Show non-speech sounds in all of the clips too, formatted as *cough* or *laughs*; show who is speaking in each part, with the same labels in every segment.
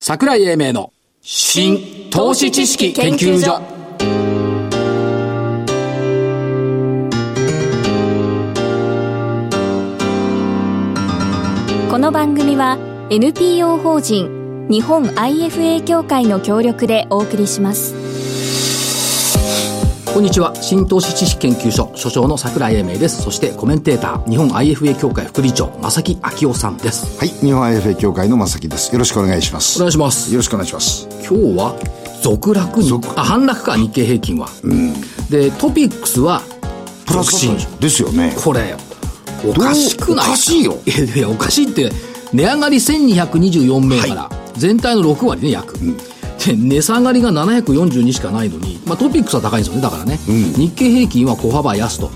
Speaker 1: 桜井英明の新投資知識研究所
Speaker 2: この番組は NPO 法人日本 IFA 協会の協力でお送りします
Speaker 1: こんにちは新投資知識研究所所長の桜井英明ですそしてコメンテーター日本 IFA 協会副理事長正木昭夫さんです
Speaker 3: はい、日本 IFA 協会の正木です。よろしくお願いします。
Speaker 1: お願いします
Speaker 3: よろしくお願いします。
Speaker 1: 今日は続落に
Speaker 3: 続
Speaker 1: あ反落か日経平均は、でトピックスは
Speaker 3: プラ
Speaker 1: 促
Speaker 3: ス
Speaker 1: 進
Speaker 3: だったんですよね。
Speaker 1: これおかしくない
Speaker 3: おかしいよ
Speaker 1: いやいやおかしいって値上がり1224名から、全体の6割ね約、で値下がりが742しかないのに、まあ、トピックスは高いんですよねだからね、日経平均は小幅安と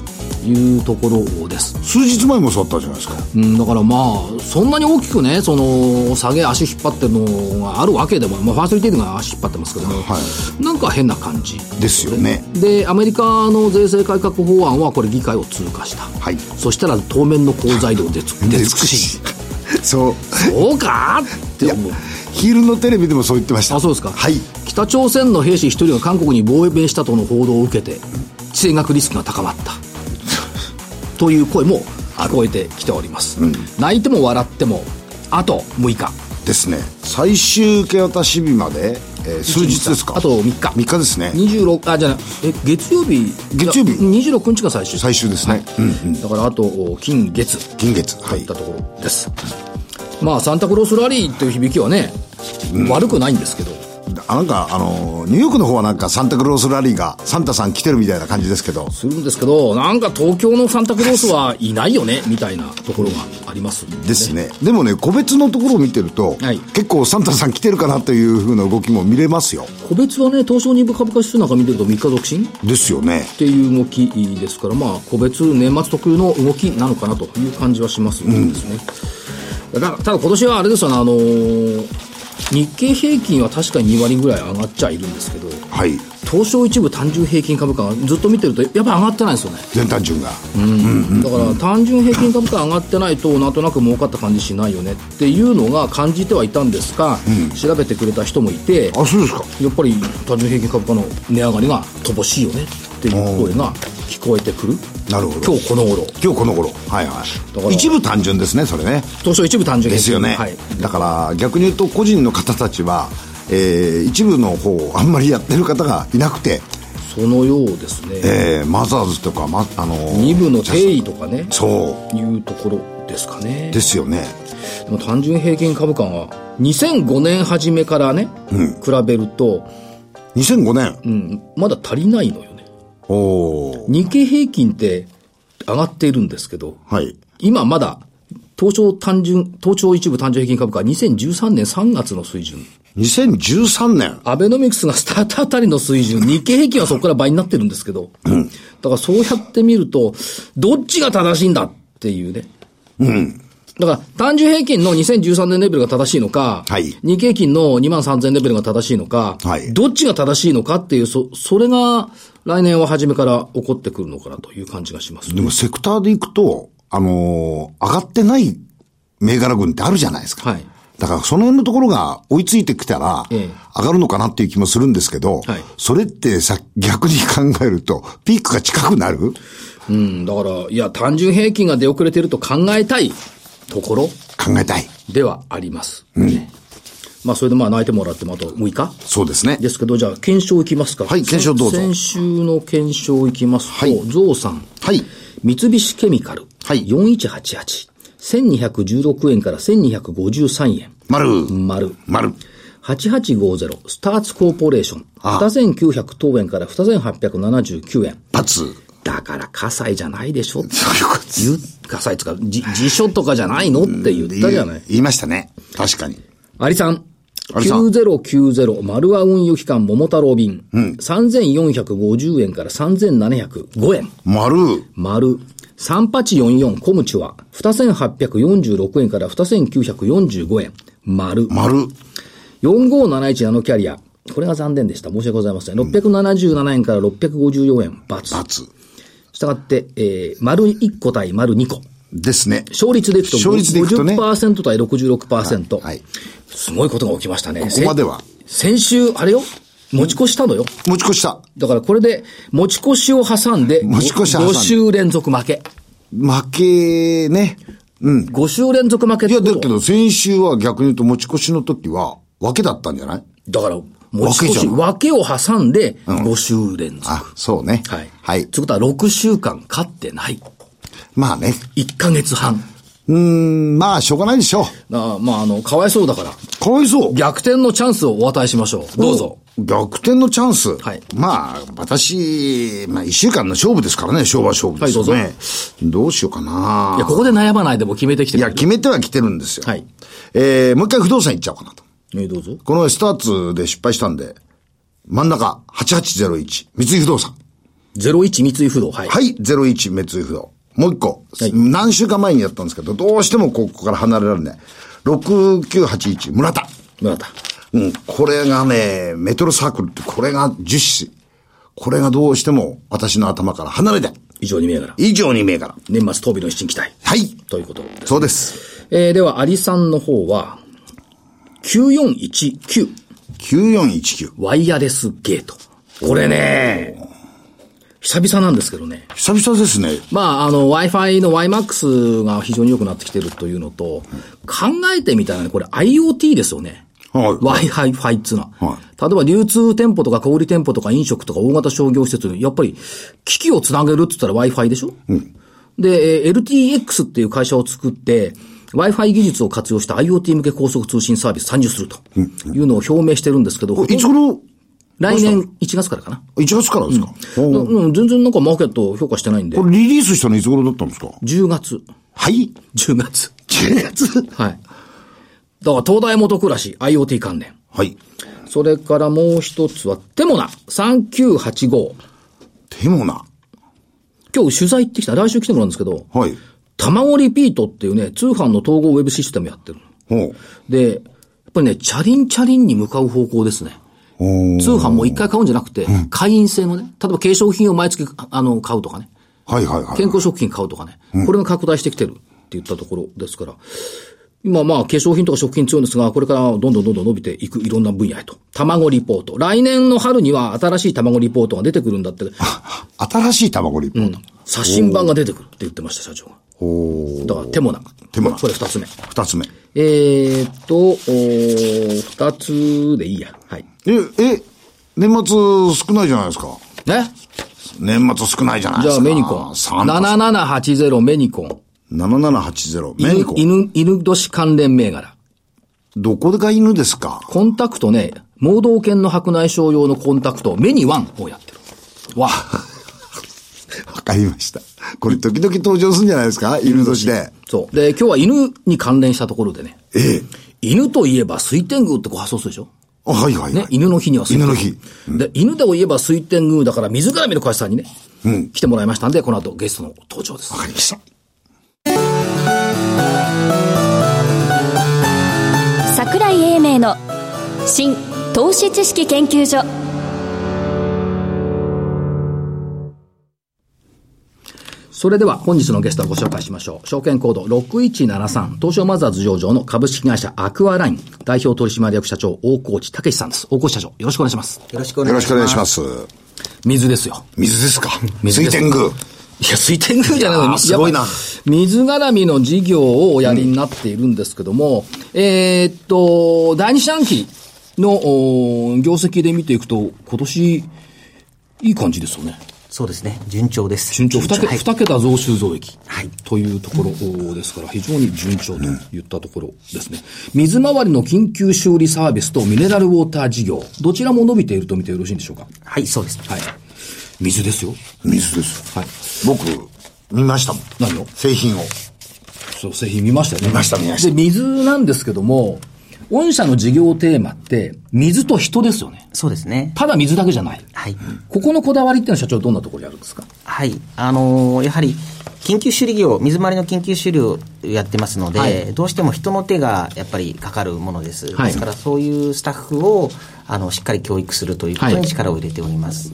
Speaker 1: いうところです、
Speaker 3: 数日前もそうだったじゃないですか。
Speaker 1: うん、だからまあそんなに大きくねその下げ足引っ張ってるのがあるわけでも、まあ、ファーストリテイリングが足引っ張ってますけども、
Speaker 3: は
Speaker 1: なんか変な感じ
Speaker 3: ですよね。
Speaker 1: でアメリカの税制改革法案はこれ議会を通過した、
Speaker 3: はい
Speaker 1: そしたら当面の好材料でつ出尽くし
Speaker 3: そう。
Speaker 1: そうかって思う
Speaker 3: ヒールのテレビでもそう言ってました。
Speaker 1: あそうですか、
Speaker 3: はい。
Speaker 1: 北朝鮮の兵士1人が韓国に亡命したとの報道を受けて地政学リスクが高まったという声も聞こえてきております、泣いても笑ってもあと6日
Speaker 3: ですね。最終受け渡し日まで、えー数日ですか。
Speaker 1: あと3日
Speaker 3: 3日ですね。
Speaker 1: 26あじゃないえ月曜日
Speaker 3: 月曜日
Speaker 1: じゃ26日が最終
Speaker 3: 最終ですね。うんうん。
Speaker 1: だからあと金月
Speaker 3: 金月。は
Speaker 1: とい
Speaker 3: い
Speaker 1: っ。たところです、まあサンタクロースラリーという響きはね、悪くないんですけど
Speaker 3: あなんか、あのーニューヨークの方はなんかサンタクロースラリーが、サンタさん来てるみたいな感じですけど、
Speaker 1: するんですけどなんか東京のサンタクロースはいないよねみたいなところがありますんで
Speaker 3: ですね。でもね、個別のところを見てると、
Speaker 1: はい
Speaker 3: 結構サンタさん来てるかなというふうな動きも見れますよ。
Speaker 1: 個別はね東証2部株価指数なんか見てると3日独身っ
Speaker 3: ですよね。
Speaker 1: ていう動きですからまあ個別年末特有の動きなのかなという感じはしますよねですね、だただ今年はあれですよねあのー日経平均は確かに2割ぐらい上がっちゃいるんですけど
Speaker 3: はい。
Speaker 1: 東証一部単純平均株価がずっと見てるとやっぱり上がってないんですよね
Speaker 3: 全単純が。
Speaker 1: だから単純平均株価上がってないとなんとなく儲かった感じしないよねっていうのが感じてはいたんですが、調べてくれた人もいて
Speaker 3: あ、そうですか。
Speaker 1: やっぱり単純平均株価の値上がりが乏しいよねっていう声が聞こえてくる
Speaker 3: なるほど
Speaker 1: 今日この頃
Speaker 3: 今日この頃。はい
Speaker 1: から
Speaker 3: はい。一部単純ですね、それね。
Speaker 1: 東証一部単純平均
Speaker 3: ですよね。
Speaker 1: はい、
Speaker 3: だから逆に言うと個人の方たちは、えー一部の方をあんまりやってる方がいなくて、
Speaker 1: そのようですね
Speaker 3: えーマザーズとか、ま、あのー
Speaker 1: 二部の定位とかね
Speaker 3: そ
Speaker 1: いうところですかね
Speaker 3: う。ですよね。
Speaker 1: でも単純平均株価は2005年初めからね、比べると、
Speaker 3: 2005年。
Speaker 1: うん、まだ足りないのよね
Speaker 3: おー
Speaker 1: 日経平均って上がっているんですけど、
Speaker 3: はい。
Speaker 1: 今まだ東証単純、東証一部単純平均株価は2013年3月の水準。
Speaker 3: 2013年。
Speaker 1: アベノミクスがスタートあたりの水準、日経平均はそこから倍になってるんですけど、だからそうやってみると、どっちが正しいんだっていうね。だから、単純平均の2013年レベルが正しいのか、
Speaker 3: はい
Speaker 1: 日経平均の2万3000レベルが正しいのか、
Speaker 3: はい
Speaker 1: どっちが正しいのかっていう、そ、それが来年は初めから起こってくるのかなという感じがします。
Speaker 3: でもセクターで行くと、あのー上がってない銘柄群ってあるじゃないですか。
Speaker 1: はい
Speaker 3: だからその辺のところが追いついてきたら、
Speaker 1: ええ
Speaker 3: 上がるのかなっていう気もするんですけど、
Speaker 1: はい
Speaker 3: それってさ、逆に考えると、ピークが近くなる
Speaker 1: うん、だから、いや、単純平均が出遅れてると考えたいところ
Speaker 3: 考えたい。
Speaker 1: ではあります。ねまあ、それでまあ、泣いてもらってもあと6日
Speaker 3: そうですね。
Speaker 1: ですけど、じゃあ、検証いきますか。
Speaker 3: はい検証どうぞ
Speaker 1: 先先週の検証いきますと、
Speaker 3: はい
Speaker 1: ゾウさん。
Speaker 3: はい。
Speaker 1: 三菱ケミカル。
Speaker 3: はい
Speaker 1: 4188。1216円から1253円。
Speaker 3: 丸。
Speaker 1: 丸。
Speaker 3: 丸。
Speaker 1: 8850。スターツコーポレーション。
Speaker 3: あ
Speaker 1: 2900等円から2879円。
Speaker 3: バツ。
Speaker 1: だから、火災じゃないでしょ。
Speaker 3: そういうことです
Speaker 1: 言う、 *laughs* 火災つか、じ、辞書とかじゃないのって言ったじゃない
Speaker 3: 言。言いましたね。確かに。
Speaker 1: アリさん。
Speaker 3: アリさん
Speaker 1: 9090丸和運輸機関桃太郎便。3450円から3705円。
Speaker 3: 丸。
Speaker 1: 丸。3844コムチュア。2846円から2945円。丸。
Speaker 3: 丸。
Speaker 1: 4571ナノキャリア。これが残念でした。申し訳ございません。677円から654円。バツ
Speaker 3: バツ。
Speaker 1: したがって、えー、丸1個対丸2個。
Speaker 3: ですね。
Speaker 1: 勝率でいくと
Speaker 3: 勝率でいくとね
Speaker 1: 50%対66%、
Speaker 3: はいはい
Speaker 1: すごいことが起きましたね。
Speaker 3: ここまでは
Speaker 1: せ先週、あれよ持ち越したのよ。
Speaker 3: 持ち越した。
Speaker 1: だからこれで、持ち越しを挟んで、
Speaker 3: 持ち越し挟んで
Speaker 1: 5週連続負け。
Speaker 3: 負けね。うん。
Speaker 1: 5週連続負けっ
Speaker 3: い
Speaker 1: て
Speaker 3: や、
Speaker 1: こと
Speaker 3: だけど先週は逆に言うと持ち越しの時は、分けだったんじゃない
Speaker 1: だから、持ち
Speaker 3: わけ
Speaker 1: 越
Speaker 3: じ
Speaker 1: し、
Speaker 3: ゃん
Speaker 1: 分けを挟んで、5週連続。
Speaker 3: あ、そうね。
Speaker 1: はい。
Speaker 3: はい。
Speaker 1: ということは、6週間勝ってない。
Speaker 3: まあね。
Speaker 1: 1ヶ月半。
Speaker 3: うーん、まあ、しょうがないでしょう。
Speaker 1: あーまあ、あの、かわいそうだから、
Speaker 3: かわいそう。
Speaker 1: 逆転のチャンスをお与えしましょう。どうぞ。
Speaker 3: 逆転のチャンス。
Speaker 1: はい
Speaker 3: まあ、私、まあ、一週間の勝負ですからね、勝負は勝負ですよね。
Speaker 1: はいど
Speaker 3: どうしようかない
Speaker 1: や、ここで悩まないでも決めてきて
Speaker 3: い
Speaker 1: くれ
Speaker 3: や、
Speaker 1: る。
Speaker 3: 決めては来てるんですよ。
Speaker 1: はい
Speaker 3: えー、もう一回不動産行っちゃおうかなと。
Speaker 1: えーどうぞ。
Speaker 3: この前スターツで失敗したんで、真ん中、8801、三井不動産。
Speaker 1: 01三井不動。はい。
Speaker 3: はい、01、三井不動。もう一個、
Speaker 1: はい
Speaker 3: 何週間前にやったんですけど、どうしてもここから離れられない。6981、村田。
Speaker 1: 村田。
Speaker 3: うん、これがね、メトロサークルってこれが樹脂。これがどうしても私の頭から離れない。
Speaker 1: 以上に銘柄。
Speaker 3: 以上に銘柄。
Speaker 1: 年末当備の新期待。
Speaker 3: はい。
Speaker 1: ということで
Speaker 3: そうです。
Speaker 1: えーでは、アリさんの方は、9419、
Speaker 3: 9419。
Speaker 1: ワイヤレスゲート。これね、久々なんですけどね。
Speaker 3: 久々ですね。
Speaker 1: まあ、あの、Wi-Fi の WiMAX が非常に良くなってきてるというのと、考えてみたらね、これ IoT ですよね。
Speaker 3: はい。
Speaker 1: Wi-Fi っていうのは
Speaker 3: は。
Speaker 1: 例えば流通店舗とか小売店舗とか飲食とか大型商業施設に、やっぱり機器をつなげるって言ったら Wi-Fi でしょで、えー LTX っていう会社を作って、Wi-Fi 技術を活用した IoT 向け高速通信サービス参入するというのを表明してるんですけど、
Speaker 3: これいつ頃
Speaker 1: 来年1月からかな。
Speaker 3: ?1 月からですか、おう
Speaker 1: うん、全然なんかマーケット評価してないんで
Speaker 3: こ、れリリースしたのいつ頃だったんですか
Speaker 1: 10月、
Speaker 3: はい。
Speaker 1: 10月。
Speaker 3: 10月
Speaker 1: はい。だから、東大元暮らし、IoT 関連。
Speaker 3: はい。
Speaker 1: それからもう一つは、テモナ、3985。
Speaker 3: でもな。
Speaker 1: 今日取材行ってきた、来週来てもらうんですけど、
Speaker 3: はい。
Speaker 1: 卵リピートっていうね、通販の統合ウェブシステムやってる。
Speaker 3: ほう。
Speaker 1: で、やっぱりね、チャリンチャリンに向かう方向ですね。
Speaker 3: おー
Speaker 1: 通販も一回買うんじゃなくて、会員制のね、例えば化粧品を毎月、ああの、買うとかね。
Speaker 3: はいはいはい。
Speaker 1: 健康食品買うとかね、これが拡大してきてるって言ったところですから、今まあ化粧品とか食品強いんですが、これからどんどんどんどん伸びていくいろんな分野へと。卵リポート。来年の春には新しい卵リポートが出てくるんだって、
Speaker 3: *laughs* 新しい卵リポート。
Speaker 1: 刷新版が出てくるって言ってました、社長が。
Speaker 3: ほう。
Speaker 1: だから手もなか
Speaker 3: 手もな
Speaker 1: これ二つ目。
Speaker 3: 二つ目。
Speaker 1: えー、っと、おー二つでいいや。はい。
Speaker 3: え、え、年末少ないじゃないですか。
Speaker 1: ね。
Speaker 3: 年末少ないじゃない
Speaker 1: じ
Speaker 3: です
Speaker 1: ゃあ
Speaker 3: か。
Speaker 1: メニコン。
Speaker 3: 3
Speaker 1: 7780メニコン。
Speaker 3: 7780。メニコン。
Speaker 1: 犬、犬年関連銘柄。
Speaker 3: どこが犬ですか
Speaker 1: コンタクトね、盲導犬の白内障用のコンタクト、目にワンをやってる。
Speaker 3: *laughs*
Speaker 1: わ、
Speaker 3: わかりました。これ時々登場するんじゃないですか犬年で。
Speaker 1: そう。で、今日は犬に関連したところでね、
Speaker 3: ええ。
Speaker 1: 犬といえば水天宮ってご発想するでしょ
Speaker 3: あ、はいはいは
Speaker 1: ね
Speaker 3: い、。
Speaker 1: 犬の日には水天宮。
Speaker 3: 犬の
Speaker 1: で、犬といえば水天宮だから水絡みの会社さんにね、
Speaker 3: うん
Speaker 1: 来てもらいましたんで、この後ゲストの登場です
Speaker 3: わ。かりました。
Speaker 2: 桜井英明の新投資知識研究所
Speaker 1: それでは本日のゲストをご紹介しましょう。証券コード6173、東証マザーズ上場の株式会社アクアライン、代表取締役社長、大河内武史さんです。大河内社長、よろしくお願いします。
Speaker 4: よろしくお
Speaker 3: よ
Speaker 4: 願
Speaker 3: ろ
Speaker 4: い
Speaker 3: し
Speaker 4: し
Speaker 3: くお願
Speaker 4: ま
Speaker 3: い
Speaker 4: す。
Speaker 3: します。
Speaker 1: 水ですよ。
Speaker 3: 水ですか
Speaker 1: 水
Speaker 3: 水
Speaker 1: です
Speaker 3: 天宮。
Speaker 1: いや、水天宮じゃないの
Speaker 3: いやー
Speaker 1: み
Speaker 3: すごいな
Speaker 1: やっぱ水絡みの事業をおやりになっているんですけども、えーっと、第二四半期のおー業績で見ていくと、今年、いい感じですよね。
Speaker 4: そうですね。順調です。
Speaker 1: 順調。二桁、
Speaker 4: はい
Speaker 1: 二桁増収増益。
Speaker 4: はい
Speaker 1: というところですから、非常に順調といったところですね。水回りの緊急修理サービスとミネラルウォーター事業、どちらも伸びていると見てよろしいんでしょうか
Speaker 4: はい、そうです。
Speaker 1: はい。水ですよ。
Speaker 3: 水です。
Speaker 1: はい。
Speaker 3: 僕、見ましたもん。
Speaker 1: 何を
Speaker 3: 製品を。
Speaker 1: そう、製品見ましたよね。
Speaker 3: 見ました見ました
Speaker 1: で、水なんですけども、御社の事業テーマって、水と人ですよね。
Speaker 4: そうですね。
Speaker 1: ただ水だけじゃない。
Speaker 4: はい。
Speaker 1: ここのこだわりっていうのは社長どんなところにあるんですか
Speaker 4: はい。あのーやはり、緊急修理業、水回りの緊急修理をやってますので、
Speaker 1: はい
Speaker 4: どうしても人の手がやっぱりかかるものです。
Speaker 1: はい
Speaker 4: ですから、そういうスタッフを、あの、しっかり教育するというこ
Speaker 1: は
Speaker 4: と
Speaker 1: い
Speaker 4: に力を入れております。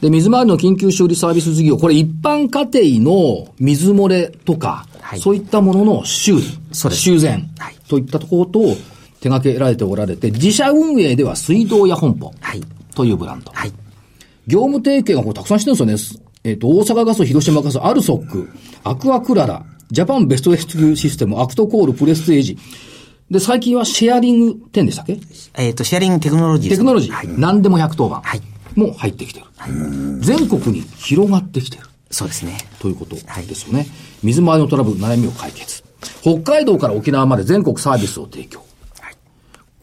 Speaker 1: で、水回りの緊急修理サービス事業、これ一般家庭の水漏れとか、
Speaker 4: はい
Speaker 1: そういったものの修理、
Speaker 4: そうです
Speaker 1: 修繕、
Speaker 4: はい
Speaker 1: といったところと手掛けられておられて、自社運営では水道や本舗
Speaker 4: はい
Speaker 1: というブランド。
Speaker 4: はい。業
Speaker 1: 業務提携がこれたくさんしてるんですよね。えっ、と、大阪ガス、広島ガス、アルソック、アクアクララ、ジャパンベストレスキューシステム、アクトコール、プレステージ。で、最近はシェアリング店でしたっけ
Speaker 4: えっ、と、シェアリングテクノロジー
Speaker 1: テ
Speaker 4: です
Speaker 1: ク
Speaker 4: ね
Speaker 1: ノロジー。
Speaker 4: はい。
Speaker 1: 何でも110番。
Speaker 4: はい
Speaker 1: もう入ってきてる。全国に広がってきてる。
Speaker 4: そうですね。
Speaker 1: ということですよね。水回りのトラブル、悩みを解決。北海道から沖縄まで全国サービスを提供。
Speaker 4: はい。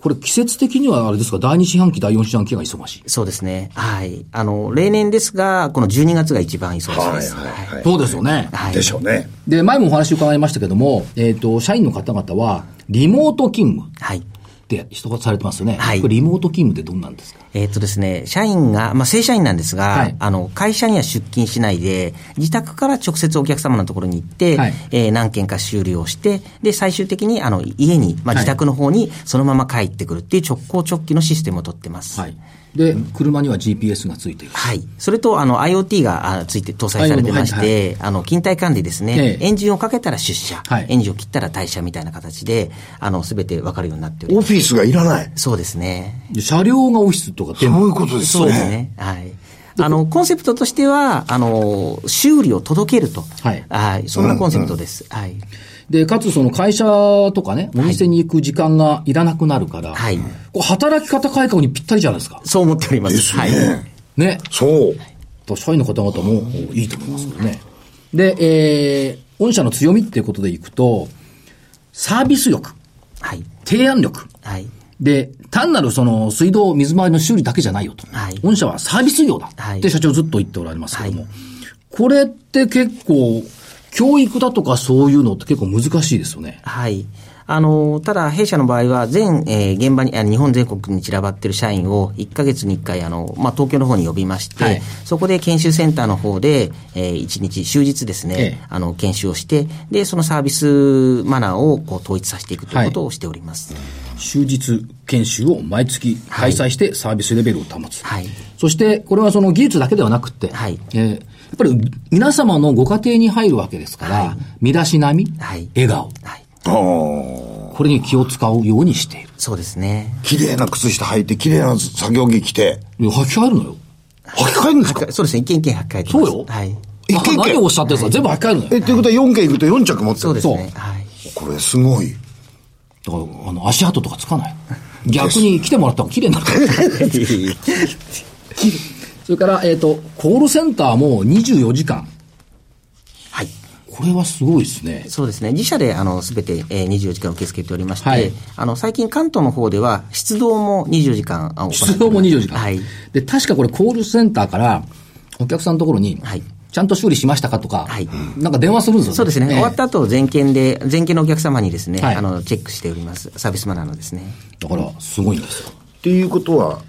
Speaker 1: これ季節的にはあれですか、第2四半期、第4四半期が忙しい。
Speaker 4: そうですね。はい。あの、例年ですが、この12月が一番忙しいです。
Speaker 3: はいはいはい
Speaker 1: そうですよね。
Speaker 4: はい
Speaker 3: でしょうね。
Speaker 1: で、前もお話伺いましたけども、えっ、と、社員の方々は、リモート勤務
Speaker 4: はい。
Speaker 1: って一言されてますよね。
Speaker 4: はい
Speaker 1: これリモート勤務ってどんなんですか
Speaker 4: えっ、とですね、社員が、まあ、正社員なんですが、
Speaker 1: はい
Speaker 4: あの、会社には出勤しないで、自宅から直接お客様のところに行って、
Speaker 1: はい
Speaker 4: えー何件か修理をして、で、最終的に、あの、家に、
Speaker 1: は
Speaker 4: まあ、
Speaker 1: い
Speaker 4: 自宅の方にそのまま帰ってくるっていう直行直帰のシステムを取ってます。
Speaker 1: はい。で、車には GPS がついている。
Speaker 4: はい。それと、あの、IoT があついて、搭載されてまして、
Speaker 1: はいは
Speaker 4: あの、勤怠管理ですね
Speaker 1: え、え
Speaker 4: エンジンをかけたら出社、
Speaker 1: はい
Speaker 4: エンジンを切ったら退社みたいな形で、あの、すべてわかるようになっており
Speaker 3: オ
Speaker 4: ます。
Speaker 3: フィスがいらない。
Speaker 4: そうですね。
Speaker 1: で車両がオフィスとか
Speaker 3: そ
Speaker 1: 店
Speaker 3: う
Speaker 1: 舗
Speaker 3: いうことですね。
Speaker 4: そうですね。はい。あの、コンセプトとしては、あの、修理を届けると。
Speaker 1: はい
Speaker 4: はい。そんなコンセプトです。はい。
Speaker 1: で、かつその会社とかね、お店に行く時間がいらなくなるから、
Speaker 4: はい
Speaker 1: こう働き方改革にぴったりじゃないですか。
Speaker 4: そう思っております。
Speaker 3: ですね
Speaker 4: はい。
Speaker 1: ね。
Speaker 3: そう。
Speaker 1: と社員の方々もいいと思いますけどね。で、えー、御社の強みっていうことでいくと、サービス力、
Speaker 4: はい。
Speaker 1: 提案力。
Speaker 4: はい。
Speaker 1: で、単なるその水道、水回りの修理だけじゃないよと。
Speaker 4: はい
Speaker 1: 御社はサービス業だ
Speaker 4: はい
Speaker 1: って社長ずっと言っておられますけども、
Speaker 4: はい
Speaker 1: これって結構、教育だとかそういうのって結構難しいですよね。
Speaker 4: はい。あの、ただ、弊社の場合は、全、えー現場に、あ日本全国に散らばってる社員を、1ヶ月に1回、あの、まあ、東京の方に呼びまして、
Speaker 1: はい
Speaker 4: そこで研修センターの方で、え1日、終日ですね、
Speaker 1: ええ
Speaker 4: あの、研修をして、で、そのサービスマナーを、こう、統一させていくということをしております。
Speaker 1: 終日研修を毎月開催してサービスレベルを保つ。
Speaker 4: はい
Speaker 1: そして、これはその技術だけではなくて、
Speaker 4: はい
Speaker 1: えーやっぱり皆様のご家庭に入るわけですから、身だしなみ、
Speaker 4: はい
Speaker 1: 笑顔、
Speaker 4: はい。
Speaker 3: ああ。
Speaker 1: これに気を使うようにしている。
Speaker 4: そうですね。
Speaker 3: 綺麗な靴下履いて、綺麗な作業着着て、
Speaker 1: いや履き替えるのよ。
Speaker 3: 履き替えるんですか
Speaker 4: そうですね、一件一件発回
Speaker 1: そうよ
Speaker 4: はい。
Speaker 3: 一軒一軒
Speaker 1: あ何をおっしゃってるんですか、全部履き替えるのよ。
Speaker 3: え、ということは4件行くと4着持ってる
Speaker 4: そうですね。
Speaker 1: そ
Speaker 4: はい。
Speaker 3: これすごい。
Speaker 1: だから、あの、足跡とかつかない。逆に来てもらった方が綺麗にな
Speaker 4: *laughs*
Speaker 1: るから。 *laughs* それから、えっ、と、コールセンターも24時間。
Speaker 4: はい。
Speaker 1: これはすごいですね。
Speaker 4: そうですね。自社で、あの、すべて、えー、24時間受け付けておりまして、
Speaker 1: はい
Speaker 4: あの、最近関東の方では、出動も24時間、あ行っております
Speaker 1: 出動も24時間。
Speaker 4: はい。
Speaker 1: で、確かこれコールセンターから、お客さんのところに、
Speaker 4: はい
Speaker 1: ちゃんと修理しましたかとか、
Speaker 4: はい
Speaker 1: なんか電話するんですよね。
Speaker 4: そうですね。
Speaker 1: ええ
Speaker 4: 終わった後、全件で、全件のお客様にですね、
Speaker 1: はい
Speaker 4: あの、チェックしております。サービスマナーのですね。
Speaker 1: だから、すごいんですよ。
Speaker 3: っていうことは、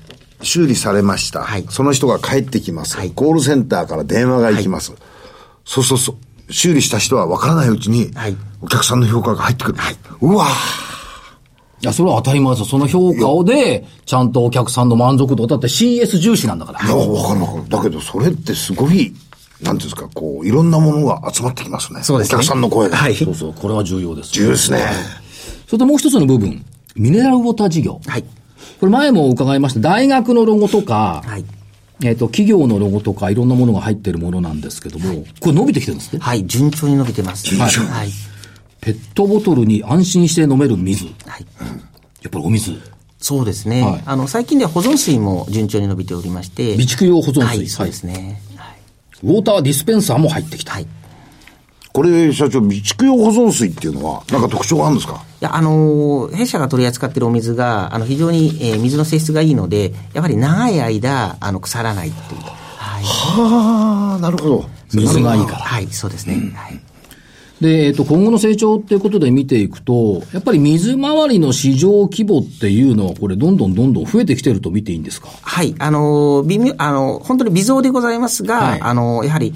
Speaker 3: 修理されました。
Speaker 4: はい
Speaker 3: その人が帰ってきます、
Speaker 4: はい
Speaker 3: コールセンターから電話が行きます。そうそうそう。修理した人は分からないうちに、
Speaker 4: はい
Speaker 3: お客さんの評価が入ってくる。うわー
Speaker 1: いや、それは当たり前ですよ。その評価をで、ちゃんとお客さんの満足度だって CS 重視なんだから。
Speaker 3: いや、分からなかった。だけど、それってすごい、なんていうんですか、こう、いろんなものが集まってきますね。
Speaker 4: そうですね
Speaker 3: お客さんの声が。
Speaker 4: はい
Speaker 1: そうそう、これは重要です
Speaker 3: 重
Speaker 1: よ。
Speaker 3: 要ですね。
Speaker 1: それともう一つの部分、ミネラルウォーター事業。
Speaker 4: はい。
Speaker 1: これ前も伺いました、大学のロゴとか、
Speaker 4: はい
Speaker 1: えっ、と、企業のロゴとか、いろんなものが入ってるものなんですけども、これ伸びてきてるんですって
Speaker 4: はい。順調に伸びてます。
Speaker 3: 順調
Speaker 4: はい。
Speaker 1: ペットボトルに安心して飲める水。や
Speaker 4: はい。
Speaker 1: っぱりお水。
Speaker 4: そうですね。
Speaker 1: はい
Speaker 4: あの、最近では保存水も順調に伸びておりまして。
Speaker 1: 備蓄用保存水
Speaker 4: はい、そうですね。はい。
Speaker 1: ウォーターディスペンサーも入ってきた。
Speaker 4: はい。い
Speaker 3: これ、社長、備蓄用保存水っていうのは、なんか特徴があるんですか
Speaker 4: や、あのー弊社が取り扱っているお水が、あの、非常に、えー水の性質がいいので、やはり長い間、あの、腐らないっていう。はい。
Speaker 3: はあ、なるほど。
Speaker 1: 水がいいから。
Speaker 4: はい、そうですね。はい。
Speaker 1: で、えっと、今後の成長っていうことで見ていくと、やっぱり水回りの市場規模っていうのは、これ、どんどんどんどん増えてきてると見ていいんですか
Speaker 4: はい、あの、微妙、あの、本当に微増でございますが、
Speaker 1: はい
Speaker 4: あの、やはり、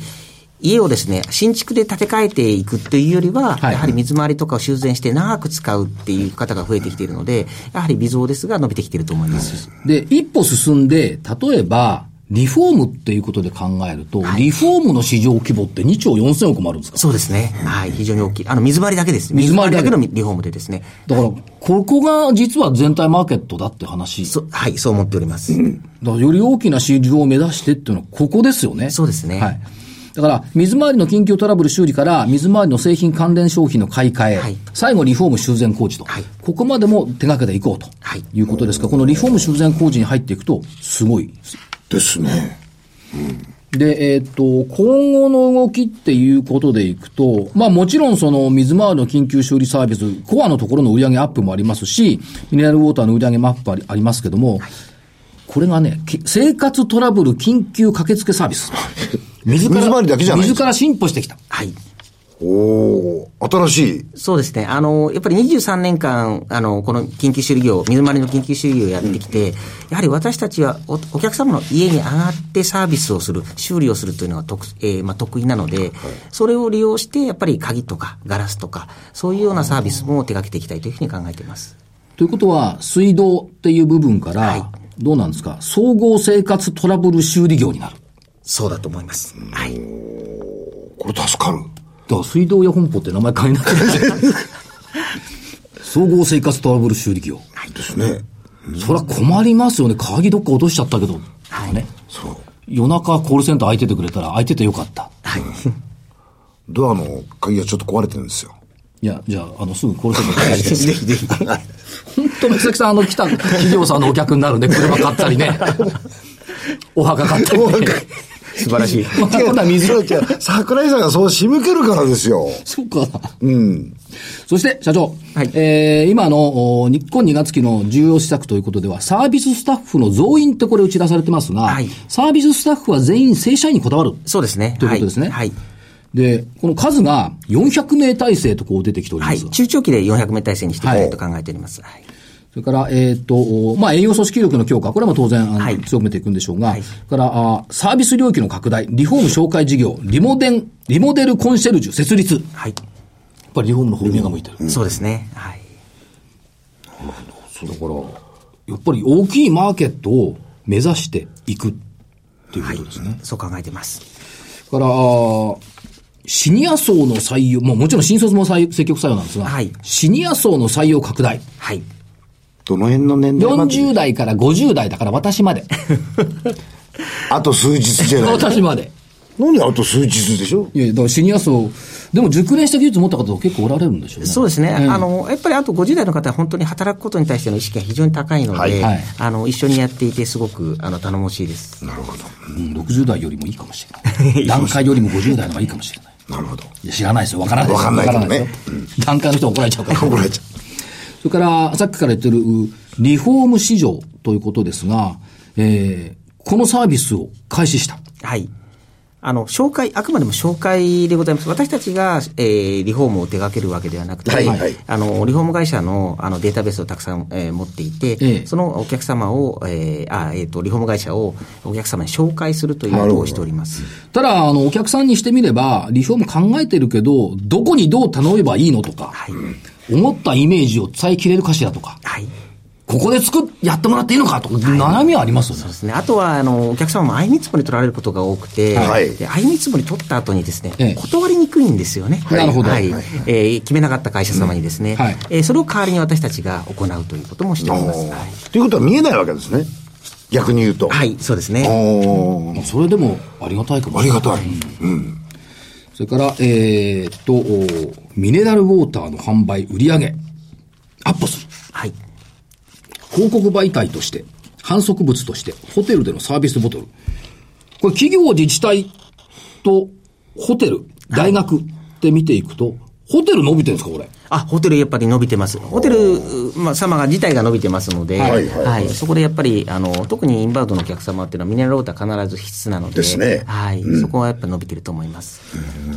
Speaker 4: 家をですね、新築で建て替えていくというよりは、
Speaker 1: はい
Speaker 4: やはり水回りとかを修繕して長く使うっていう方が増えてきているので、やはり微増ですが伸びてきていると思います。
Speaker 1: で、一歩進んで、例えば、リフォームっていうことで考えると、リフォームの市場規模って2兆4000億もあるんですか
Speaker 4: そうですね。はい。非常に大きい。あの、水回りだけです。
Speaker 1: 水
Speaker 4: 水
Speaker 1: 回
Speaker 4: 回
Speaker 1: り
Speaker 4: り
Speaker 1: だ
Speaker 4: だ
Speaker 1: け
Speaker 4: けのリフォームでですね。
Speaker 1: だから、ここが実は全体マーケットだって話。
Speaker 4: そはい、そう思っております。
Speaker 1: だからより大きな市場を目指してっていうのはここですよね。
Speaker 4: そうですね
Speaker 1: はい。だから、水回りの緊急トラブル修理から、水回りの製品関連商品の買い替え、
Speaker 4: はい
Speaker 1: 最後リフォーム修繕工事と、
Speaker 4: はい
Speaker 1: ここまでも手掛けていこうと
Speaker 4: はい
Speaker 1: いうことですが、このリフォーム修繕工事に入っていくと、すごいです
Speaker 3: ですね。
Speaker 1: で、えっ、と、今後の動きっていうことでいくと、まあもちろんその水回りの緊急修理サービス、コアのところの売り上げアップもありますし、ミネラルウォーターの売り上げマップありありますけども、これがね、き生活トラブル緊急駆けつけサービス。水
Speaker 3: 水回りだけじゃない
Speaker 1: 水から進歩してきた。
Speaker 4: はい。
Speaker 3: おお新しい。
Speaker 4: そうですね。あの、やっぱり23年間、あの、この緊急修理業、水回りの緊急修理業をやってきて、やはり私たちはおお客様の家に上がってサービスをする、修理をするというのが得,、えーまあ、得意なので、それを利用して、やっぱり鍵とかガラスとか、そういうようなサービスも手掛けていきたいというふうに考えています。
Speaker 1: ということは、水道っていう部分から、
Speaker 4: はい
Speaker 1: どうなんですか、総合生活トラブル修理業になる。
Speaker 4: そうだと思います。はい。
Speaker 3: これ助かる。
Speaker 1: だから水道屋本舗って名前変えなく
Speaker 3: *laughs*
Speaker 1: ていい総合生活トラブル修理業。
Speaker 3: ですね。
Speaker 1: そりゃ困りますよね。鍵どっか落としちゃったけど。
Speaker 4: はい
Speaker 1: ね。
Speaker 3: そう。
Speaker 1: 夜中コールセンター開いててくれたら、開いててよかった。
Speaker 4: はい。
Speaker 3: ドアの鍵がちょっと壊れてるん *laughs* ですよ。
Speaker 1: いや、じゃあ、あの、すぐコールセンター開いて
Speaker 4: ぜ。ひぜ
Speaker 1: *laughs*
Speaker 4: ひ。
Speaker 1: 本当美咲さん、あの、来た企業さんのお客になるんで、車買ったり *laughs* ね。お墓買ったりね。
Speaker 4: 素晴らしい。
Speaker 1: また今度は水
Speaker 3: 違う違う桜井さんがそう仕向けるからですよ。
Speaker 1: そうか。うん。そして、社長。
Speaker 4: はい
Speaker 1: えー今の、お日本2月期の重要施策ということでは、サービススタッフの増員ってこれ打ち出されてますが、
Speaker 4: はい
Speaker 1: サービススタッフは全員正社員にこだわる。
Speaker 4: そうですね。
Speaker 1: ということですね
Speaker 4: はい。
Speaker 1: で、この数が400名体制とこう出てきており
Speaker 4: は
Speaker 1: ま
Speaker 4: い。
Speaker 1: す。
Speaker 4: 中長期で400名体制にしていきたいと考えております。はい。
Speaker 1: それから、えっ、と、おまあ、営業組織力の強化、これも当然、あの
Speaker 4: はい
Speaker 1: 強めていくんでしょうが、
Speaker 4: はい
Speaker 1: それからあ、サービス領域の拡大、リフォーム紹介事業、リモデン、リモデルコンシェルジュ設立。や
Speaker 4: はい。
Speaker 1: っぱりリフォームの方に目が向いてる。
Speaker 4: そうですね。はい。
Speaker 1: だから、やっぱり大きいマーケットを目指していくっていうことですね。
Speaker 4: そう考えてます。
Speaker 1: だから、あーシニア層の採用、もうもちろん新卒も採用積極採用なんですが、
Speaker 4: はい
Speaker 1: シニア層の採用拡大。
Speaker 4: はい。
Speaker 3: どの辺の年代まで
Speaker 1: 40代から50代だから私まで。
Speaker 3: *laughs* あと数日じゃな
Speaker 1: *laughs*
Speaker 3: い。
Speaker 1: 私まで。
Speaker 3: 何あと数日でしょ
Speaker 1: いやいや、だからシニア層、でも熟練した技術持った方結構おられるんでしょうね。
Speaker 4: そうですね、あのやっぱりあと50代の方は本当に働くことに対しての意識が非常に高いので、
Speaker 3: はい
Speaker 1: はい
Speaker 4: あの一緒にやっていて、すごくあの頼もしいです。
Speaker 3: なるほど。
Speaker 1: うん、60代よりもいいかもしれ
Speaker 3: *laughs*
Speaker 1: ない。段階よりも50代の方がいいかもしれない。
Speaker 3: なるほど。
Speaker 1: いや、知らないですよ。わからないです。
Speaker 3: わかんないけどね
Speaker 1: わからないですよ段階の人は怒られちゃうから。
Speaker 3: 怒られちゃ
Speaker 1: それから、さっきから言ってる、うリフォーム市場ということですが、えー、このサービスを開始した。
Speaker 4: はいあの紹介あくまでも紹介でございます、私たちが、えーリフォームを手掛けるわけではなくて、
Speaker 3: はいはい
Speaker 4: あのリフォーム会社のあのデータベースをたくさん、えー持っていて、
Speaker 1: ええ
Speaker 4: そのお客様を、えーあえーと、リフォーム会社をお客様に紹介するという
Speaker 3: な
Speaker 4: こ
Speaker 3: る
Speaker 4: と
Speaker 3: ほど
Speaker 4: をしております。
Speaker 1: ただ、あの、お客さんにしてみれば、リフォーム考えてるけど、どこにどう頼めばいいのとか、
Speaker 4: はい、
Speaker 1: 思ったイメージを伝えきれるかしらとか、
Speaker 4: はい
Speaker 1: ここで作っ、やってもらっていいのかとか、悩みはありますよね。
Speaker 4: そうですね。あとは、あの、お客様も相見積もり取られることが多くて、
Speaker 3: はい
Speaker 4: で相見積もり取った後にですね、
Speaker 1: ええ
Speaker 4: 断りにくいんですよね。
Speaker 1: なるほど
Speaker 4: はい。えー決めなかった会社様にですね、
Speaker 1: んはい
Speaker 4: えーそれを代わりに私たちが行うということもしております。
Speaker 3: お
Speaker 4: はい
Speaker 3: ーということは見えないわけですね。逆に言うと。
Speaker 4: はい、そうですね。
Speaker 3: おー
Speaker 1: まあそれでもありがたいかも
Speaker 3: ありがたい。
Speaker 1: それから、えーっと、おミネラルウォーターの販売、売り上げ、アップする。
Speaker 4: はい。
Speaker 1: 広告媒体として、販促物として、ホテルでのサービスボトル。これ、企業、自治体と、ホテル、大学って見ていくと、ホテル伸びてるんですか、これ。
Speaker 4: あ、ホテルやっぱり伸びてます。ホテル、まあ、様が自体が伸びてますので、
Speaker 1: はい
Speaker 3: はい
Speaker 4: そこでやっぱり、あの、特にインバウンドのお客様っていうのはミネラルウォーター必ず必須なので、
Speaker 3: ですね
Speaker 4: はい、そこはやっぱ伸びてると思います。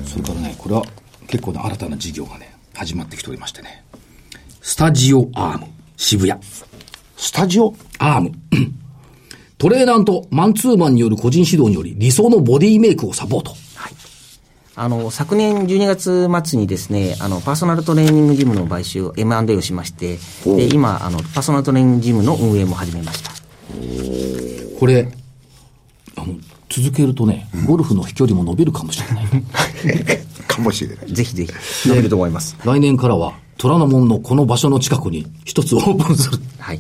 Speaker 1: それからね、これは結構ね、新たな事業がね、始まってきておりましてね。スタジオアーム、渋谷。
Speaker 3: スタジオ
Speaker 1: アーム。 *clears throat* トレーナーとマンツーマンによる個人指導により理想のボディメイクをサポート。
Speaker 4: あの、昨年12月末にですね、あの、パーソナルトレーニングジムの買収、M&A をしまして、で、今、あの、パーソナルトレーニングジムの運営も始めました。
Speaker 1: これ、ああの続けるとね、ゴルフの飛距離も伸びるかもしれ *laughs* ない。
Speaker 3: かもしれない。
Speaker 4: ぜひぜひ、伸びると思います。
Speaker 1: 来年からは、虎ノ門のこの場所の近くに一つオープンする。
Speaker 4: はい。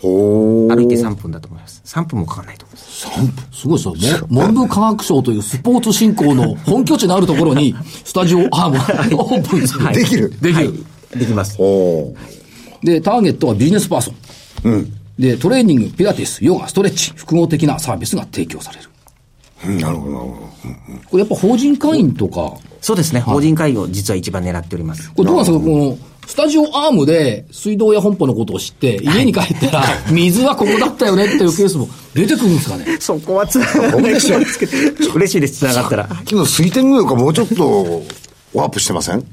Speaker 3: ほ
Speaker 4: 歩いて3分だと思います。3分もかかんないと思いま
Speaker 1: *laughs*
Speaker 4: す。
Speaker 1: すごいですよ。も文部科学省というスポーツ振興の本拠地のあるところ *laughs* に、スタジオアームをオープンする。
Speaker 3: できる
Speaker 1: できる。
Speaker 4: できます。
Speaker 3: ほう。
Speaker 1: で、ターゲットはビジネスパーソン。で、トレーニング、ピラティス、ヨガ、ストレッチ、複合的なサービスが提供される。
Speaker 3: うんなるほど、なるほ
Speaker 1: これやっぱ法人会員とか、
Speaker 4: そうですね。法人会議を実は一番狙っております。
Speaker 1: これどうなんですか、この、スタジオアームで水道や本舗のことを知って、家に帰ったら、水はここだったよねっていうケースも出てくるんですかね。
Speaker 4: そこはつな *laughs* がらないと思うんですけど、嬉しいです、つながったら。
Speaker 3: ど。昨日、水天宮かもうちょっと、 *laughs* ワープしてません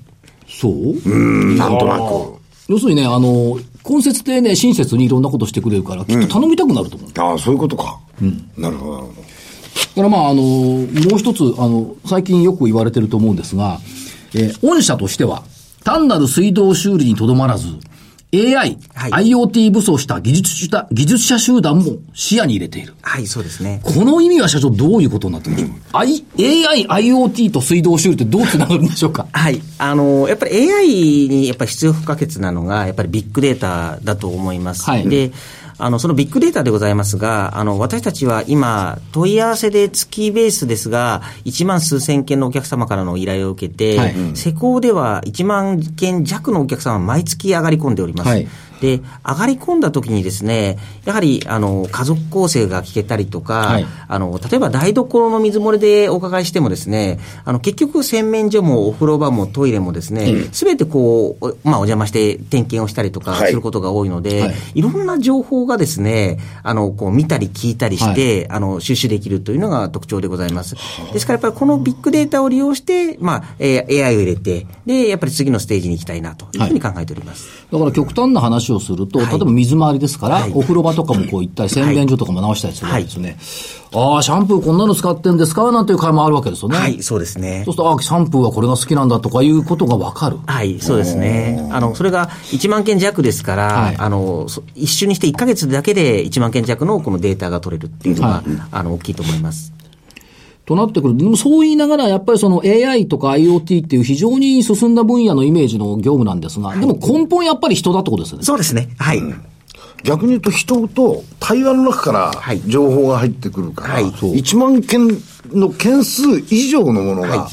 Speaker 1: そう
Speaker 3: うん、なんとなく。
Speaker 1: 要するにね、あの、今節ってね、親切にいろんなことしてくれるから、きっと頼みたくなると思う。だ
Speaker 3: ああ、そういうことか。なるほど、なるほど。
Speaker 1: からまあ、あの、もう一つ、あの、最近よく言われてると思うんですが、えー御社としては、単なる水道修理にとどまらず、AI、
Speaker 4: はい
Speaker 1: IoT 武装した技術者技術者集団も視野に入れている。
Speaker 4: はい、そうですね。
Speaker 1: この意味は社長どういうことになってるんでしょう、I ?AI、IoT と水道修理ってどうつながるんでしょうか
Speaker 4: はい。あの、やっぱり AI にやっぱり必要不可欠なのが、やっぱりビッグデータだと思います。
Speaker 1: はい
Speaker 4: で、あの、そのビッグデータでございますが、あの、私たちは今、問い合わせで月ベースですが、1万数千件のお客様からの依頼を受けて、
Speaker 1: はい
Speaker 4: 施工では1万件弱のお客様毎月上がり込んでおります。
Speaker 1: はい
Speaker 4: で、上がり込んだ時にですね、やはり、あの、家族構成が聞けたりとか、
Speaker 1: はい
Speaker 4: あの、例えば台所の水漏れでお伺いしてもですね、あの、結局洗面所もお風呂場もトイレもですね、すべてこう、おまあ、お邪魔して点検をしたりとか
Speaker 3: はい
Speaker 4: することが多いので、
Speaker 1: はい
Speaker 4: い、ろんな情報がですね、あの、こう、見たり聞いたりして、あの、収集できるというのが特徴でございます。ですからやっぱりこのビッグデータを利用して、まあ、えー AI を入れて、で、やっぱり次のステージに行きたいなというふうに考えております。
Speaker 1: だから極端な話をすると、例えば水回りですから、お風呂場とかもこう行ったり、洗面所とかも直したりするわけですよね。ああ、シャンプーこんなの使ってんですかなんていう会もあるわけですよね。
Speaker 4: はい、そうですね
Speaker 1: そうす。ると、ああ、シャンプーはこれが好きなんだとかいうことがわかる。
Speaker 4: はい、そうですね。あの、それが1万件弱ですから、
Speaker 1: はい
Speaker 4: あの、そ一瞬にして1ヶ月だけで1万件弱のこのデータが取れるっていうのが、あの、大きいと思います。
Speaker 1: となってくる。でもそう言いながら、やっぱりその AI とか IoT っていう非常に進んだ分野のイメージの業務なんですが、でも根本やっぱり人だってことですよね。
Speaker 4: そうですね。はい。
Speaker 3: 逆に言うと人と対話の中から
Speaker 4: い
Speaker 3: 情報が入ってくるから、
Speaker 4: はい
Speaker 3: そう1万件の件数以上のものが、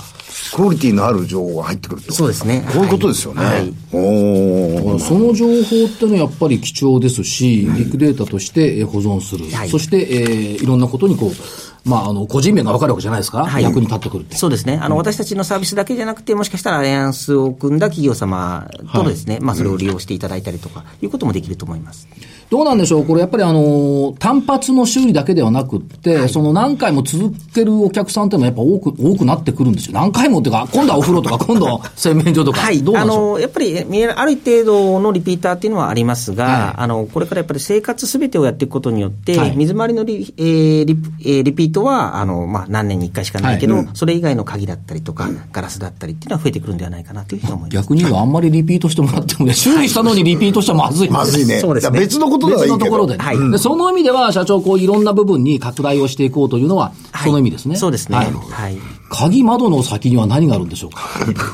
Speaker 3: クオリティのある情報が入ってくるってこと
Speaker 4: そうですね
Speaker 3: こういうことですよね。
Speaker 4: はい
Speaker 3: おー
Speaker 1: その情報ってのはやっぱり貴重ですし、ビッグデータとしてえー保存する。
Speaker 4: はい
Speaker 1: そして、えーいろんなことにこう、まあ、あの、個人名がわかるわけじゃないですか。
Speaker 4: はい
Speaker 1: 役に立ってくるって。
Speaker 4: そうですね。あの、私たちのサービスだけじゃなくて、もしかしたらアライアンスを組んだ企業様とですね、まあ、それを利用していただいたりとか、いうこともできると思います。
Speaker 1: どうなんでしょうこれやっぱりあのー単発の修理だけではなくって、その何回も続けるお客さんってのはやっぱ多く、多くなってくるんですよ。何回もっていうか、今度はお風呂
Speaker 4: *laughs*
Speaker 1: とか、今度は洗面所とか。
Speaker 4: はい、
Speaker 1: どうな
Speaker 4: あ
Speaker 1: んでしょう
Speaker 4: のやっぱりえ見えるある程度のリピーターっていうのはありますが、
Speaker 1: はい
Speaker 4: あのこれからやっぱり生活すべてをやっていくことによって、
Speaker 1: はい
Speaker 4: 水回りのリ,、えーリプえーリピートはあの、まあ、何年に1回しかないけど、それ以外の鍵だったりとか、ガラスだったりっていうのは増えてくるんではないかなというふうに思います。
Speaker 1: 逆に言えばあんまりリピートしてもらってもね、修理したのにリピートしたらまずいです。
Speaker 3: まずいね。
Speaker 4: そうですね
Speaker 3: いや別のことならいい
Speaker 1: 別の
Speaker 3: けど。
Speaker 1: ところで,、
Speaker 4: はい
Speaker 1: で。その意味では、社長、こう、いろんな部分に拡大をしていこうというのは、
Speaker 4: はい
Speaker 1: その意味ですね。
Speaker 4: そうですね。
Speaker 1: は
Speaker 4: はいい。
Speaker 1: 鍵窓の先には何があるんでしょうか。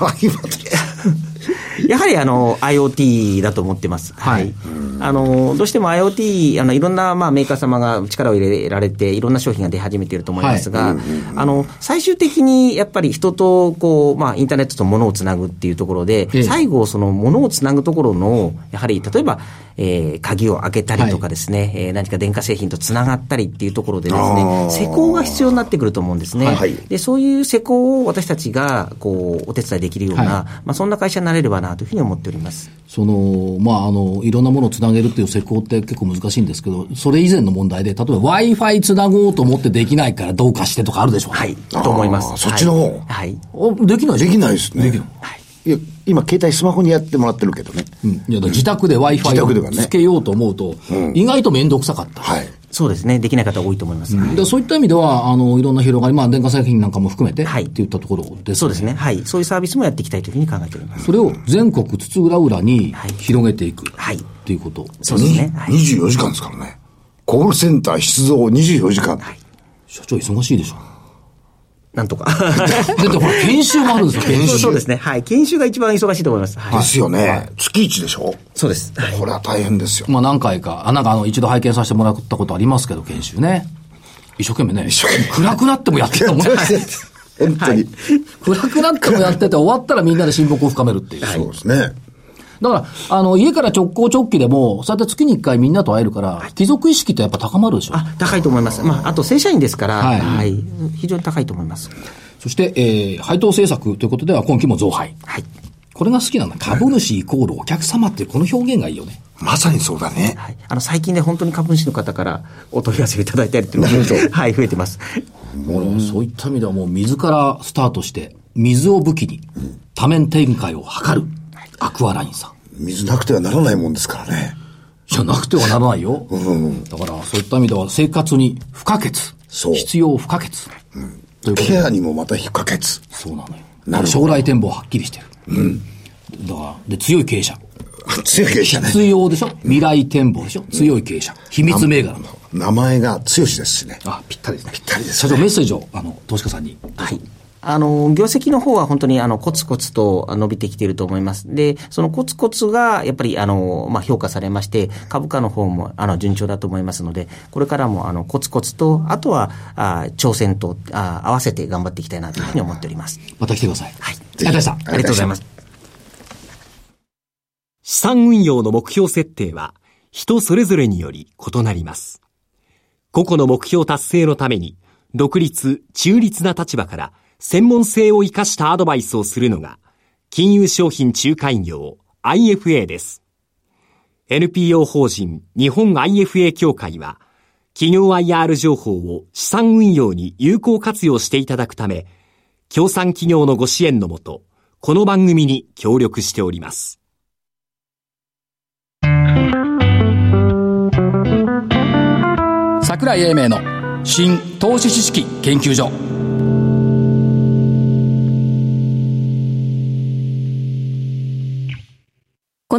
Speaker 3: 鍵まで
Speaker 4: やはりあの IoT だと思ってます。はい。
Speaker 1: はい
Speaker 4: あのどうしても IoT あのいろんなまあメーカー様が力を入れられていろんな商品が出始めていると思いますが、あの最終的にやっぱり人とこうまあインターネットと物をつなぐっていうところで、
Speaker 1: ええ
Speaker 4: 最後その物をつなぐところのやはり例えば、えー鍵を開けたりとかですね、えー何か電化製品とつながったりっていうところでです
Speaker 3: あー
Speaker 4: ね、施工が必要になってくると思うんですね。
Speaker 3: はい
Speaker 4: でそういう施工を私たちがこうお手伝いできるような、
Speaker 1: はい
Speaker 4: まあ、そんな会社になれればなというふうに思っております。
Speaker 1: その、まあ、あの、いろんなものをつなげるっていう施工って結構難しいんですけど、それ以前の問題で、例えば Wi-Fi つなごうと思ってできないからどうかしてとかあるでしょう。
Speaker 4: はい、と思いま
Speaker 3: あー
Speaker 4: す。
Speaker 3: そっちの方
Speaker 4: はいはい
Speaker 1: おできない
Speaker 3: *laughs* で
Speaker 1: しょ
Speaker 3: きないですね。
Speaker 1: できない。
Speaker 3: いや、今携帯スマホにやってもらってるけどね。
Speaker 1: うん、いやだから自宅で
Speaker 3: 自宅で
Speaker 1: Wi-Fi
Speaker 3: は
Speaker 1: を
Speaker 3: ね
Speaker 1: つけようと思うと、意外と面倒くさかった。
Speaker 3: はい。
Speaker 4: そうですね、できない方多いと思います。
Speaker 1: でそういった意味では、あの、いろんな広がり、まあ、電化製品なんかも含めて、
Speaker 4: はい
Speaker 1: って言ったところです、ね。
Speaker 4: そうですね、はい、そういうサービスもやっていきたいというふうに考えております。
Speaker 1: それを全国津々浦々に
Speaker 4: はい
Speaker 1: 広げていく。
Speaker 4: はい
Speaker 1: っていうこと。
Speaker 4: そうですね、はい、
Speaker 3: 24時間ですからね。コールセンター出動24時間。
Speaker 1: 社長忙しいでしょ。
Speaker 4: なんとか。
Speaker 1: だってほら、研修もあ *laughs* るんですよ、研修。
Speaker 4: *laughs* そうですね。はい。研修が一番忙しいと思います。はい。
Speaker 3: ですよね。月一でしょ
Speaker 4: そうです。はい
Speaker 3: これは大変ですよ。
Speaker 1: まあ何回か、あなんかあの、一度拝見させてもらったことありますけど、研修ね。一生懸命ね、暗くなってもやって *laughs* たもんね。
Speaker 3: 本当に。
Speaker 1: 暗くなってもやってて、終わったらみんなで親睦を深めるっていう。
Speaker 3: そうですね。
Speaker 1: だから、あの、家から直行直帰でも、そうやって月に一回みんなと会えるから、貴族意識ってやっぱ高まるでしょ。
Speaker 4: あ、高いと思います。まあ、あと正社員ですから、
Speaker 1: は
Speaker 4: はいい。非常に高いと思います。
Speaker 1: そして、えー配当政策ということでは今期も増配。
Speaker 4: はい。
Speaker 1: これが好きなんだ。株主イコールお客様っていうこの表現がいいよね。
Speaker 3: まさにそうだね。
Speaker 4: はい。あの、最近で本当に株主の方からお問い合わせをいただいたりというのが、 *laughs* はい、増えてます。
Speaker 1: もうそういった意味ではもう水からスタートして、水を武器に多面展開を図るアクアラインさん。
Speaker 3: 水なくてはならないもんですからね。
Speaker 1: じゃなくてはならないよ。だからそういった意味では生活に不可欠。
Speaker 3: そう
Speaker 1: 必要不可欠。ということ
Speaker 3: ケ
Speaker 1: で。
Speaker 3: アにもまた引っ掛けつ。
Speaker 1: そうなのよ。
Speaker 3: なるほ
Speaker 1: 将来展望はっきりしてる。だから、で、強い経営者。
Speaker 3: 強い経営者ね。
Speaker 1: 必要でしょ未来展望でしょ強い経営者。秘密銘柄。
Speaker 3: 名前が強しですしね。
Speaker 1: あ、ぴったりですね。
Speaker 3: ぴったりです
Speaker 1: 社
Speaker 3: ね。
Speaker 1: 長、メッセージを、あの、投資家さんに。
Speaker 4: はい。あの、業績の方は本当にあの、コツコツと伸びてきていると思います。で、そのコツコツが、やっぱりあの、まあ、評価されまして、株価の方も、あの、順調だと思いますので、これからも、あの、コツコツと、あとは、あ挑戦とあ、合わせて頑張っていきたいなというふうに思っております。
Speaker 1: また来てください。
Speaker 4: はい。
Speaker 1: ありがとうございました。
Speaker 4: ありがとうございます。
Speaker 5: 資産運用の目標設定は人それぞれにより異なります。個々の目標達成のために独立、中立な立場から専門性を生かしたアドバイスをするのが金融商品仲介業 IFA です。NPO 法人日本 IFA 協会は企業 IR 情報を資産運用に有効活用していただくため、協賛企業のご支援のもと、この番組に協力しております。
Speaker 1: 桜井英明の新投資知識研究所
Speaker 2: こ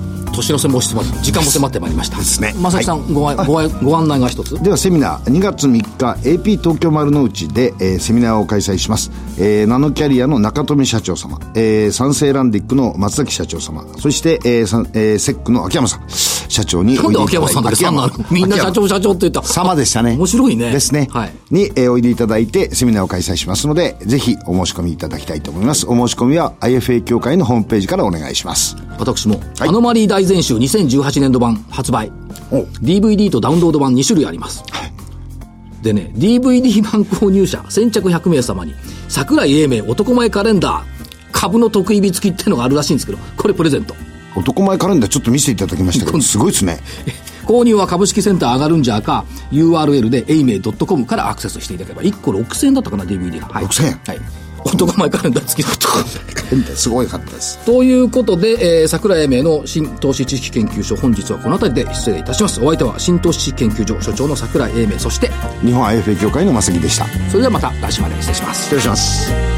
Speaker 1: 年の瀬も押し迫って時間も迫ってまいりました
Speaker 3: ですね
Speaker 1: 正木さん、ごあい、ごあいご案内が
Speaker 3: *laughs*
Speaker 1: 一つ
Speaker 3: ではセミナー2月3日 AP 東京丸の内で、えーセミナーを開催します、えーナノキャリアの中富社長様、えー、サンランディックの松崎社長様そして、えーさんえーセックの秋山さん社長に
Speaker 1: な
Speaker 3: お
Speaker 1: ん
Speaker 3: い
Speaker 1: で
Speaker 3: でい
Speaker 1: 秋山さ
Speaker 3: ただいて
Speaker 1: んだけさんなのみんな社長社長って言った
Speaker 3: 様でしたね
Speaker 1: 面白いね
Speaker 3: ですね、
Speaker 1: はい
Speaker 3: に、えーおいでいただいてセミナーを開催しますのでぜひお申し込みいただきたいと思いますお申し込みは IFA 協会のホームページからお願いします
Speaker 1: 私も、
Speaker 3: はい
Speaker 1: アノマリー大全集2018年度版発売
Speaker 3: お
Speaker 1: DVD とダウンロード版2種類あります、でね DVD 版購入者先着100名様に桜井英明男前カレンダー株の得意日付きってのがあるらしいんですけどこれプレゼント
Speaker 3: 男前カレンダーちょっと見せていただきましたけどすごいですね
Speaker 1: 購入は株式センター上がるんじゃか URL で aimei.com からアクセスしていただければ1個6000円だったかな DVD が、はい、
Speaker 3: 6000円
Speaker 1: はい男前カレンダー付きだと
Speaker 3: カレンダーすごいかったです
Speaker 1: ということで、えー、桜井英明の新投資知識研究所本日はこの辺りで失礼いたしますお相手は新投資知識研究所所長の桜井英明そして
Speaker 3: 日本 IFA 協会の正木でした
Speaker 1: それではまた来週まで失礼します
Speaker 3: 失礼します